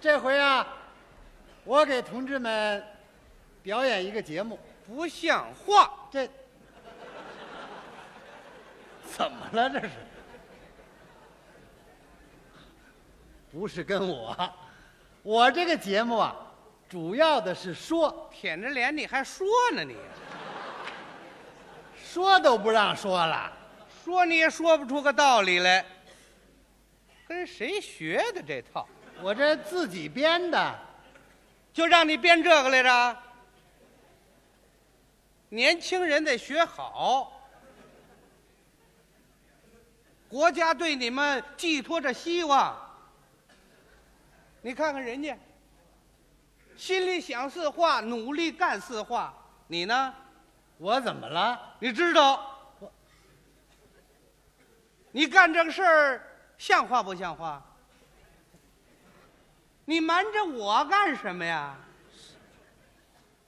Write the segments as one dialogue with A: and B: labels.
A: 这回啊，我给同志们表演一个节目。
B: 不像话！
A: 这 怎么了？这是不是跟我？我这个节目啊，主要的是说，
B: 舔着脸你还说呢你？
A: 说都不让说了。
B: 说你也说不出个道理来，跟谁学的这套？
A: 我这自己编的，
B: 就让你编这个来着？年轻人得学好，国家对你们寄托着希望。你看看人家，心里想是话，努力干是话。你呢？
A: 我怎么了？
B: 你知道，你干这个事儿像话不像话？你瞒着我干什么呀？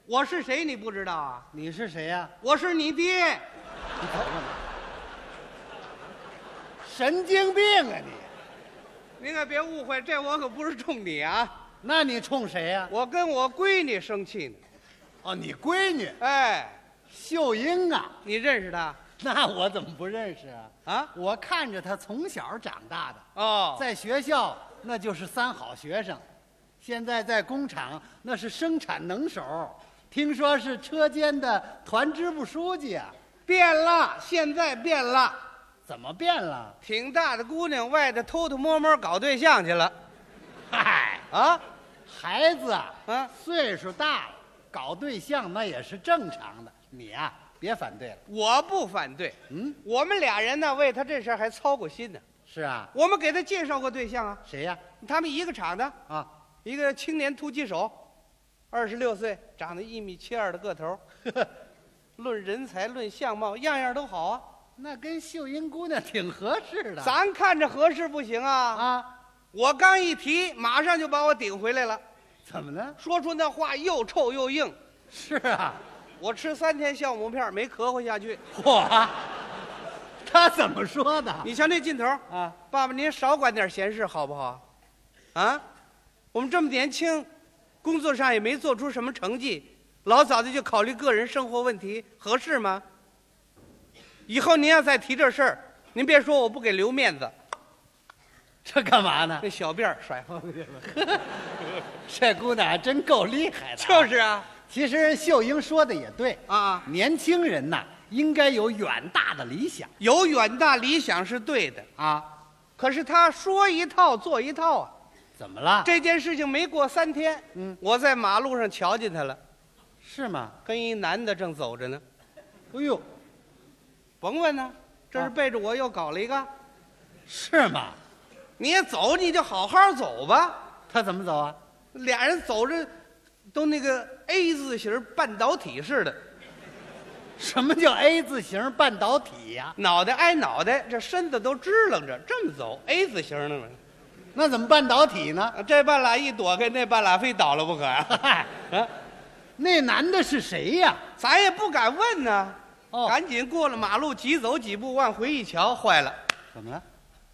B: 我是谁你不知道啊？
A: 你是谁呀、
B: 我是你爹，
A: 你瞅瞅你，神经病啊你！
B: 您可别误会，这我可不是冲你啊，
A: 那你冲谁呀、
B: 我跟我闺女生气呢。
A: 哦，你闺女
B: 哎，
A: 秀英啊，
B: 你认识她
A: 那我怎么不认识啊？
B: 啊？
A: 我看着她从小长大的，
B: 哦，
A: 在学校那就是三好学生，现在在工厂那是生产能手，听说是车间的团支部书记啊，
B: 变了，现在变了，
A: 怎么变了？
B: 挺大的姑娘外头偷偷摸摸搞对象去了
A: 嗨，
B: 啊
A: 孩子啊，
B: 啊！
A: 岁数大了，搞对象那也是正常的。你呀、别反对了。
B: 我不反对，
A: 嗯，
B: 我们俩人呢为他这事儿还操过心呢。
A: 是啊，
B: 我们给他介绍过对象啊，
A: 谁呀、
B: 他们一个厂的，
A: 啊？
B: 一个青年突击手，二十六岁，长得一米七二的个头，论人才论相貌，样样都好啊。
A: 那跟秀英姑娘挺合适的。
B: 咱看着合适不行啊！
A: 啊？
B: 我刚一提，马上就把我顶回来了，
A: 怎么呢？
B: 说出那话又臭又硬。
A: 是啊，
B: 我吃三天酵母片没咳嗽下去。
A: 嚯，他怎么说的？
B: 你瞧那劲头，
A: 啊，
B: 爸爸您少管点闲事好不好？啊，我们这么年轻，工作上也没做出什么成绩，老早的就考虑个人生活问题，合适吗？以后您要再提这事儿，您别说我不给留面子，
A: 这干嘛 呢？
B: 那小辫儿甩后去了。
A: 这姑娘还真够厉害的啊。
B: 就是啊，
A: 其实秀英说的也对，
B: 啊，
A: 年轻人呐，应该有远大的理想
B: 有远大理想是对的，
A: 啊。
B: 可是他说一套做一套啊。
A: 怎么了？
B: 这件事情没过三天，
A: 嗯，
B: 我在马路上瞧见他了，
A: 是吗？
B: 跟一男的正走着呢。
A: 哎呦，
B: 甭问呢、这
A: 啊
B: 是背着我又搞了一个。
A: 是吗？
B: 你也走，你就好好走吧。
A: 他怎么走啊？
B: 俩人走着，都那个 A 字形半导体似的，
A: 什么叫 A 字形半导体呀、
B: 脑袋挨脑袋，这身子都支棱着，这么走 A 字形的嘛。
A: 那怎么半导体呢？
B: 啊这半拉一躲开，那半拉非倒了不可啊！
A: 嗨，
B: 啊
A: 那男的是谁呀、
B: 咱也不敢问呢、
A: 哦
B: 赶紧过了马路，急走几步，往回一瞧，坏了，
A: 怎么了？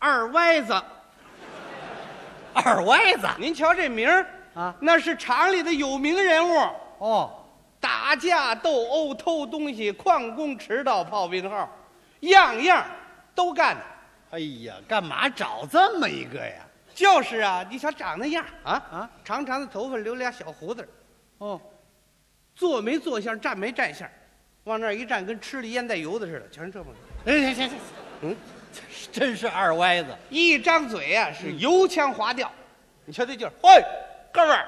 B: 二歪子。
A: 二歪子
B: 您瞧这名儿，
A: 啊？
B: 那是厂里的有名人物。
A: 哦，
B: 打架、斗殴、偷东西、旷工、迟到、泡病号，样样都干。
A: 哎呀，干嘛找这么一个呀？
B: 就是啊，你瞧长那样啊
A: 啊，
B: 长长的头发，留俩小胡子，
A: 哦，
B: 坐没坐相，站没站相，往那儿一站，跟吃了烟袋油子似的，全是这么。
A: 哎，行行行，嗯，真是二歪子。
B: 一张嘴啊，是油腔滑调。嗯你瞧这劲儿，嘿，哥们儿，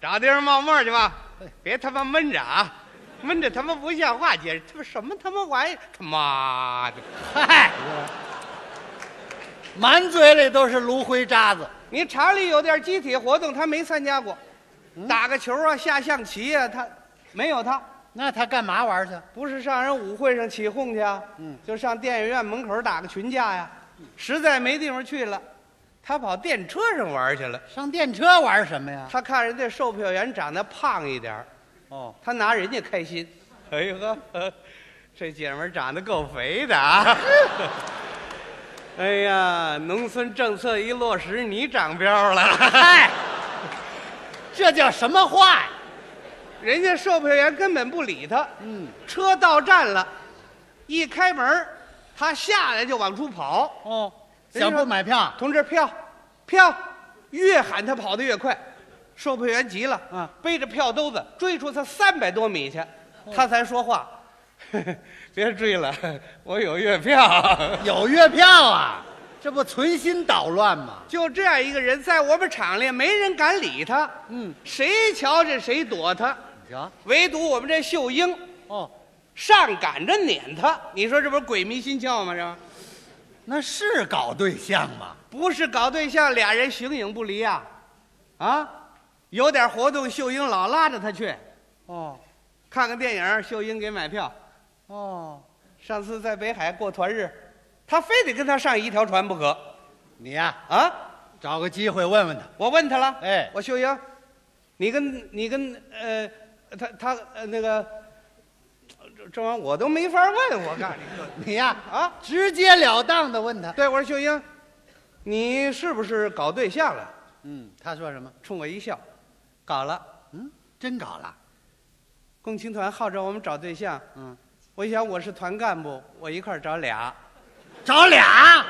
B: 找地方冒沫去吧
A: 哎，
B: 别他妈闷着啊，闷着他妈不像话，姐，他妈什么他妈玩意儿，他妈的！
A: 嗨，满嘴里都是炉灰渣子。
B: 你厂里有点集体活动，他没参加过，打个球啊，下象棋啊，他没有他，
A: 那他干嘛玩去？
B: 不是上人舞会上起哄去啊，
A: 嗯
B: 就上电影院门口打个群架呀、实在没地方去了，他跑电车上玩去了。
A: 上电车玩什么呀？
B: 他看人家售票员长得胖一点儿，
A: 哦，
B: 他拿人家开心。哎呦呵，呵这姐们儿长得够肥的啊！哎呀，农村政策一落实，你长膘了。
A: 嗨，这叫什么话呀？
B: 人家售票员根本不理他。
A: 嗯，
B: 车到站了，一开门，他下来就往出跑。
A: 哦，
B: 人家
A: 想
B: 说
A: 不买票
B: 同志，票，票，越喊他跑得越快。售票员急了，
A: 啊，
B: 背着票兜子追出他三百多米去，
A: 哦
B: 他才说话：“ 别追了，我有月 票。
A: 有月票啊？这不存心捣乱吗”？
B: 就这样一个人，在我们厂里没人敢理他，
A: 嗯，
B: 谁瞧着谁躲他，
A: 你瞧，
B: 唯独我们这秀英
A: 哦，
B: 上赶着撵他。你说这不是鬼迷心窍吗？这不
A: 那是搞对象吗？
B: 不是搞对象，俩人形影不离啊，啊，有点活动，秀英老拉着他去
A: 哦
B: 看看电影，秀英给买票。
A: 哦，
B: 上次在北海过团日，他非得跟他上一条船不可
A: 你呀、
B: 啊！
A: 找个机会问问他。
B: 我问他了，
A: 哎
B: 我秀英，你跟你跟呃，他他呃那个，这这玩意儿我都没法问，我告诉你哥
A: 你呀、
B: 啊。
A: 直截了当的问他。
B: 对，我说秀英，你是不是搞对象了？
A: 嗯，他说什么？
B: 冲我一笑，搞了。
A: 嗯，真搞了。
B: 共青团号召我们找对象，
A: 嗯，
B: 我一想我是团干部，我一块儿找俩。
A: 找俩。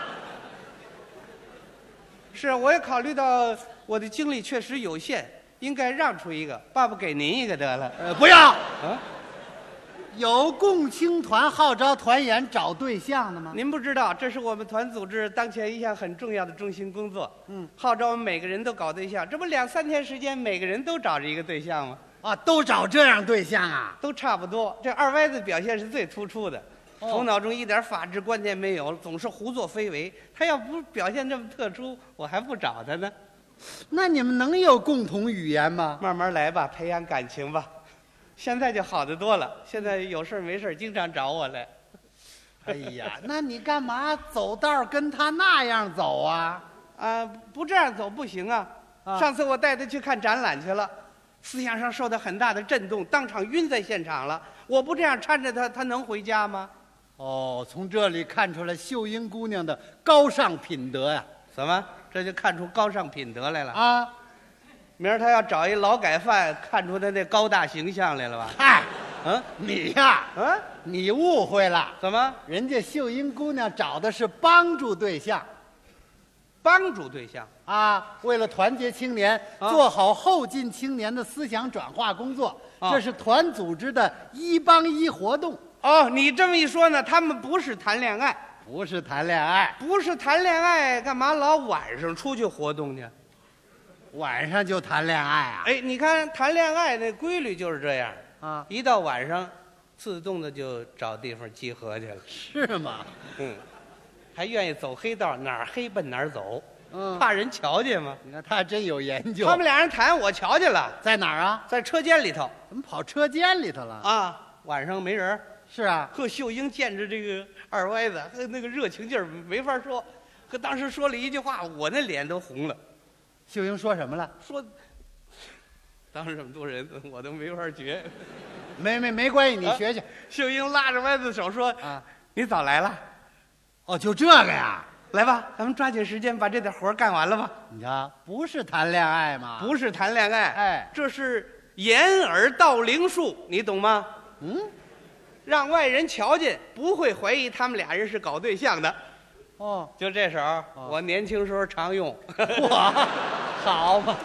B: 是，我也考虑到我的精力确实有限，应该让出一个。爸爸给您一个得了。
A: 呃，不要。
B: 啊，
A: 有共青团号召团员找对象的吗？
B: 啊您不知道，这是我们团组织当前一项很重要的中心工作。
A: 嗯，
B: 号召我们每个人都搞对象，这不两三天时间，每个人都找着一个对象吗？
A: 啊，都找这样对象啊？
B: 都差不多。这二歪子表现是最突出的，
A: 哦
B: 头脑中一点法治观念没有，总是胡作非为。他要不表现这么特殊，我还不找他呢。
A: 那你们能有共同语言吗？
B: 慢慢来吧，培养感情吧。现在就好得多了，现在有事儿没事儿经常找我来。
A: 哎呀， 那你干嘛走道儿跟他那样走啊？
B: 啊，不这样走不行啊！
A: 啊
B: 上次我带他去看展览去了，思想上受到很大的震动，当场晕在现场了。我不这样搀着他，他能回家吗？
A: 哦，从这里看出来秀英姑娘的高尚品德呀、
B: 怎么？这就看出高尚品德来了。
A: 啊！
B: 明儿他要找一劳改犯，看出他那高大形象来了吧？
A: 嗨、
B: 嗯
A: 你呀、
B: 嗯，
A: 你误会了，
B: 怎么
A: 人家秀英姑娘找的是帮助对象
B: 帮助对象？
A: 啊，为了团结青年，
B: 啊
A: 做好后进青年的思想转化工作，
B: 啊
A: 这是团组织的一帮一活动，
B: 哦，你这么一说呢，他们不是谈恋爱，
A: 不是谈恋爱，
B: 不是谈恋爱，干嘛老晚上出去活动去？
A: 晚上就谈恋爱啊
B: 哎，你看谈恋爱那规律就是这样，
A: 啊，
B: 一到晚上，自动的就找地方集合去了。
A: 是吗？
B: 嗯，还愿意走黑道，哪儿黑奔哪儿走，
A: 嗯，
B: 怕人瞧见吗？
A: 你看他还真有研究，
B: 他们俩人谈，我瞧见了，
A: 在哪儿啊？
B: 在车间里头
A: 怎么跑车间里头了？
B: 啊，晚上没人儿。
A: 是啊，
B: 呵，秀英见着这个二歪子，呵，那个热情劲儿没法说。可当时说了一句话，我那脸都红了，
A: 秀英说什么了？
B: 说当着这么多人，我都没法觉。
A: 没没没关系，你
B: 啊
A: 学学。
B: 秀英拉着歪子手说：“
A: 啊
B: 你早来了，
A: 哦，就这个呀？
B: 来吧，咱们抓紧时间把这点活儿干完了吧。
A: 你瞧，不是谈恋爱吗？
B: 不是谈恋爱，
A: 哎
B: 这是掩耳盗铃术，你懂吗？
A: 嗯，
B: 让外人瞧见，不会怀疑他们俩人是搞对象的。
A: 哦，
B: 就这手，
A: 哦
B: 我年轻时候常用。
A: 我好吧，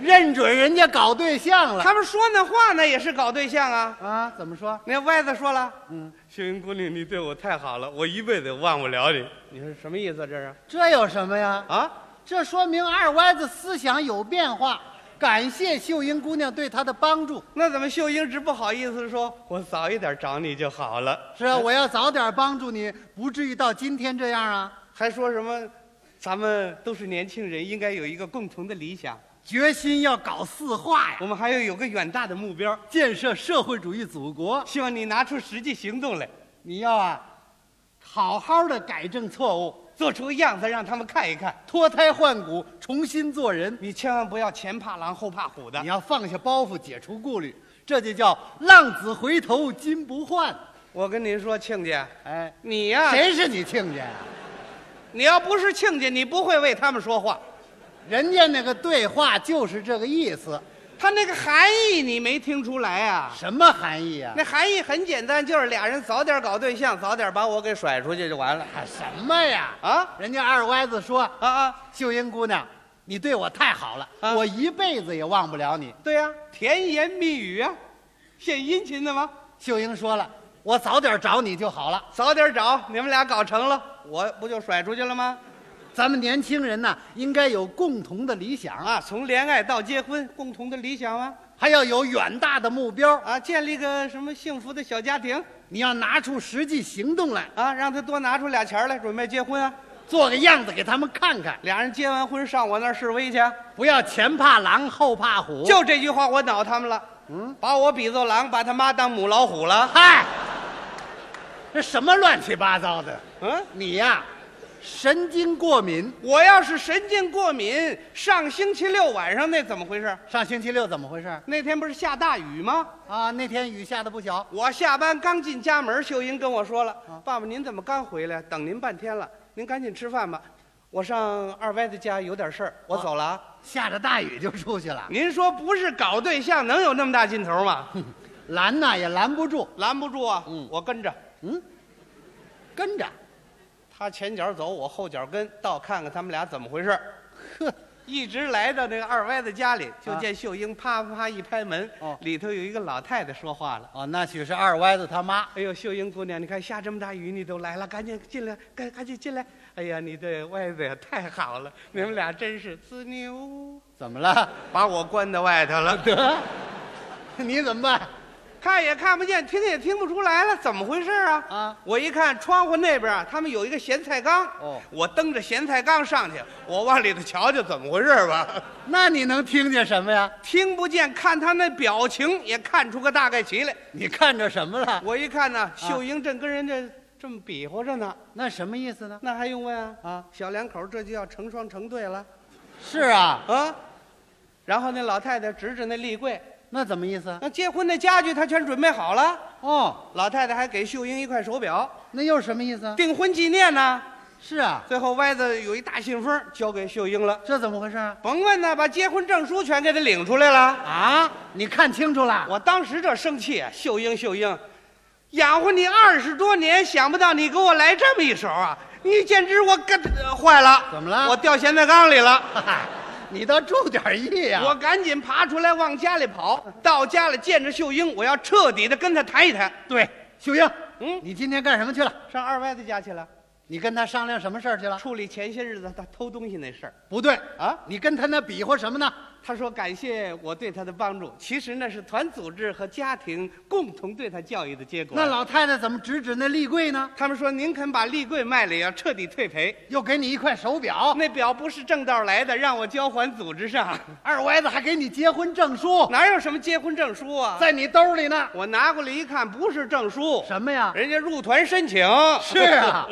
A: 认准人家搞对象了
B: 他们说那话呢，也是搞对象啊。
A: 啊？怎么说？
B: 那歪子说了
A: 嗯，：“
B: 秀英姑娘，你对我太好了，我一辈子忘不了你。”你说什么意思、这是
A: 这有什么呀？
B: 啊？
A: 这说明二歪子思想有变化。感谢秀英姑娘对他的帮助。
B: 那怎么秀英直不好意思说：“我早一点找你就好了。”
A: 是啊，我要早点帮助你，不至于到今天这样啊！
B: 还说什么？咱们都是年轻人，应该有一个共同的理想。
A: 决心要搞四化呀，
B: 我们还要有个远大的目标，
A: 建设社会主义祖国。
B: 希望你拿出实际行动来，
A: 你要啊，好好的改正错误，
B: 做出个样子让他们看一看。
A: 脱胎换骨，重新做人。
B: 你千万不要前怕狼后怕虎的
A: 你。要放下包袱，解除顾虑，这就叫浪子回头金不换。
B: 我跟您说，亲家，
A: 哎，
B: 你呀、
A: 啊谁是你亲家呀？
B: 你要不是亲家，你不会为他们说话。
A: 人家那个对话就是这个意思，
B: 他那个含义你没听出来啊？
A: 什么含义啊？
B: 那含义很简单，就是俩人早点搞对象，早点把我给甩出去就完了。
A: 啊什么呀？
B: 啊
A: 人家二歪子说
B: 啊啊！：“
A: 秀英姑娘，你对我太好了，
B: 啊
A: 我一辈子也忘不了你。
B: 对呀、甜言蜜语啊，献殷勤的吗？”
A: 秀英说了：“我早点找你就好了。
B: 早点找，你们俩搞成了，我不就甩出去了吗？
A: 咱们年轻人呐，应该有共同的理想，
B: 啊，从恋爱到结婚，共同的理想啊，
A: 还要有远大的目标。
B: 啊，建立个什么幸福的小家庭
A: 你要拿出实际行动来，
B: 啊，让他多拿出俩钱儿来，准备结婚啊。
A: 做个样子给他们看看。
B: 俩人结完婚上我那儿示威去啊，
A: 不要前怕狼后怕虎。
B: 就这句话我恼他们了。嗯，把我比作狼，把他妈当母老虎了。
A: 嗨，这什么乱七八糟的？
B: 嗯，
A: 你呀、神经过敏。
B: 我要是神经过敏，上星期六晚上那怎么回事？
A: 上星期六怎么回事
B: 那天不是下大雨吗？
A: 啊？那天雨下的不小，
B: 我下班刚进家门，秀英跟我说
A: 啊
B: 了：“爸爸，您怎么刚回来？等您半天了，您赶紧吃饭吧。我上二歪子家有点事儿，我走了啊。
A: 下着大雨就出去了，
B: 您说不是搞对象能有那么大劲 头吗？
A: 拦呐也拦不住，
B: 拦不住啊！
A: 嗯
B: 我跟着
A: 跟着，
B: 他前脚走，我后脚跟，倒看看他们俩怎么回事儿。
A: 呵，
B: 一直来到那个二歪子家里，就
A: 啊
B: 见秀英啪啪啪一拍门，
A: 哦
B: 里头有一个老太太说话了。
A: 哦，那许是二歪子他妈，
B: 哎呦，秀英姑娘，你看下这么大雨，你都来了，赶紧进来，赶赶紧进来。哎呀，你这外子也太好了，你们俩真是滋牛，
A: 怎么了？
B: 把我关到外头了，
A: 得，你怎么办？
B: 看也看不见，听也听不出来了，怎么回事啊？
A: 啊，
B: 我一看窗户那边啊，他们有一个咸菜缸，
A: 哦
B: 我蹬着咸菜缸上去，我往里头瞧瞧怎么回事吧。
A: 那你能听见什么呀？
B: 听不见，看他那表情也看出个大概齐来。
A: 你看着什么了？
B: 我一看呢，秀英正跟人家这么比划着呢，
A: 那什么意思呢？
B: 那还用问啊？
A: 啊，
B: 小两口这就要成双成对了
A: 是啊，
B: 啊！然后那老太太指指那立柜，
A: 那怎么意思？
B: 那结婚的家具她全准备好了。
A: 哦，
B: 老太太还给秀英一块手表，
A: 那又什么意思？
B: 订婚纪念呢。
A: 是啊，
B: 最后歪子有一大信封交给秀英了，
A: 这怎么回事啊？
B: 甭问呢，把结婚证书全给她领出来了。
A: 啊，你看清楚了？
B: 我当时这生气啊，秀英秀英，养活你二十多年，想不到你给我来这么一手啊！你简直我跟、呃坏了，
A: 怎么了
B: 我掉咸菜缸里了。
A: 嗨，你倒注点意啊呀、
B: 我赶紧爬出来往家里跑，到家了见着秀英，我要彻底的跟她谈一谈。
A: 对，秀英，
B: 嗯
A: 你今天干什么去了？
B: 上二歪子家去了，
A: 你跟他商量什么事儿去了？
B: 处理前些日子他偷东西那事儿
A: 不对，
B: 啊。
A: 你跟他那比划什么呢？
B: 他说感谢我对他的帮助，其实那是团组织和家庭共同对他教育的结果。
A: 那老太太怎么指指那立柜呢？
B: 他们说您肯把立柜卖了，也要彻底退赔。
A: 又给你一块手表，
B: 那表不是正道来的，让我交还组 织上，
A: 二歪子还给你结婚证书，
B: 哪有什么结婚证书啊？
A: 在你兜里呢。
B: 我拿过来一看，不是证书，哎
A: 什么呀？
B: 人家入团申请。
A: 是啊，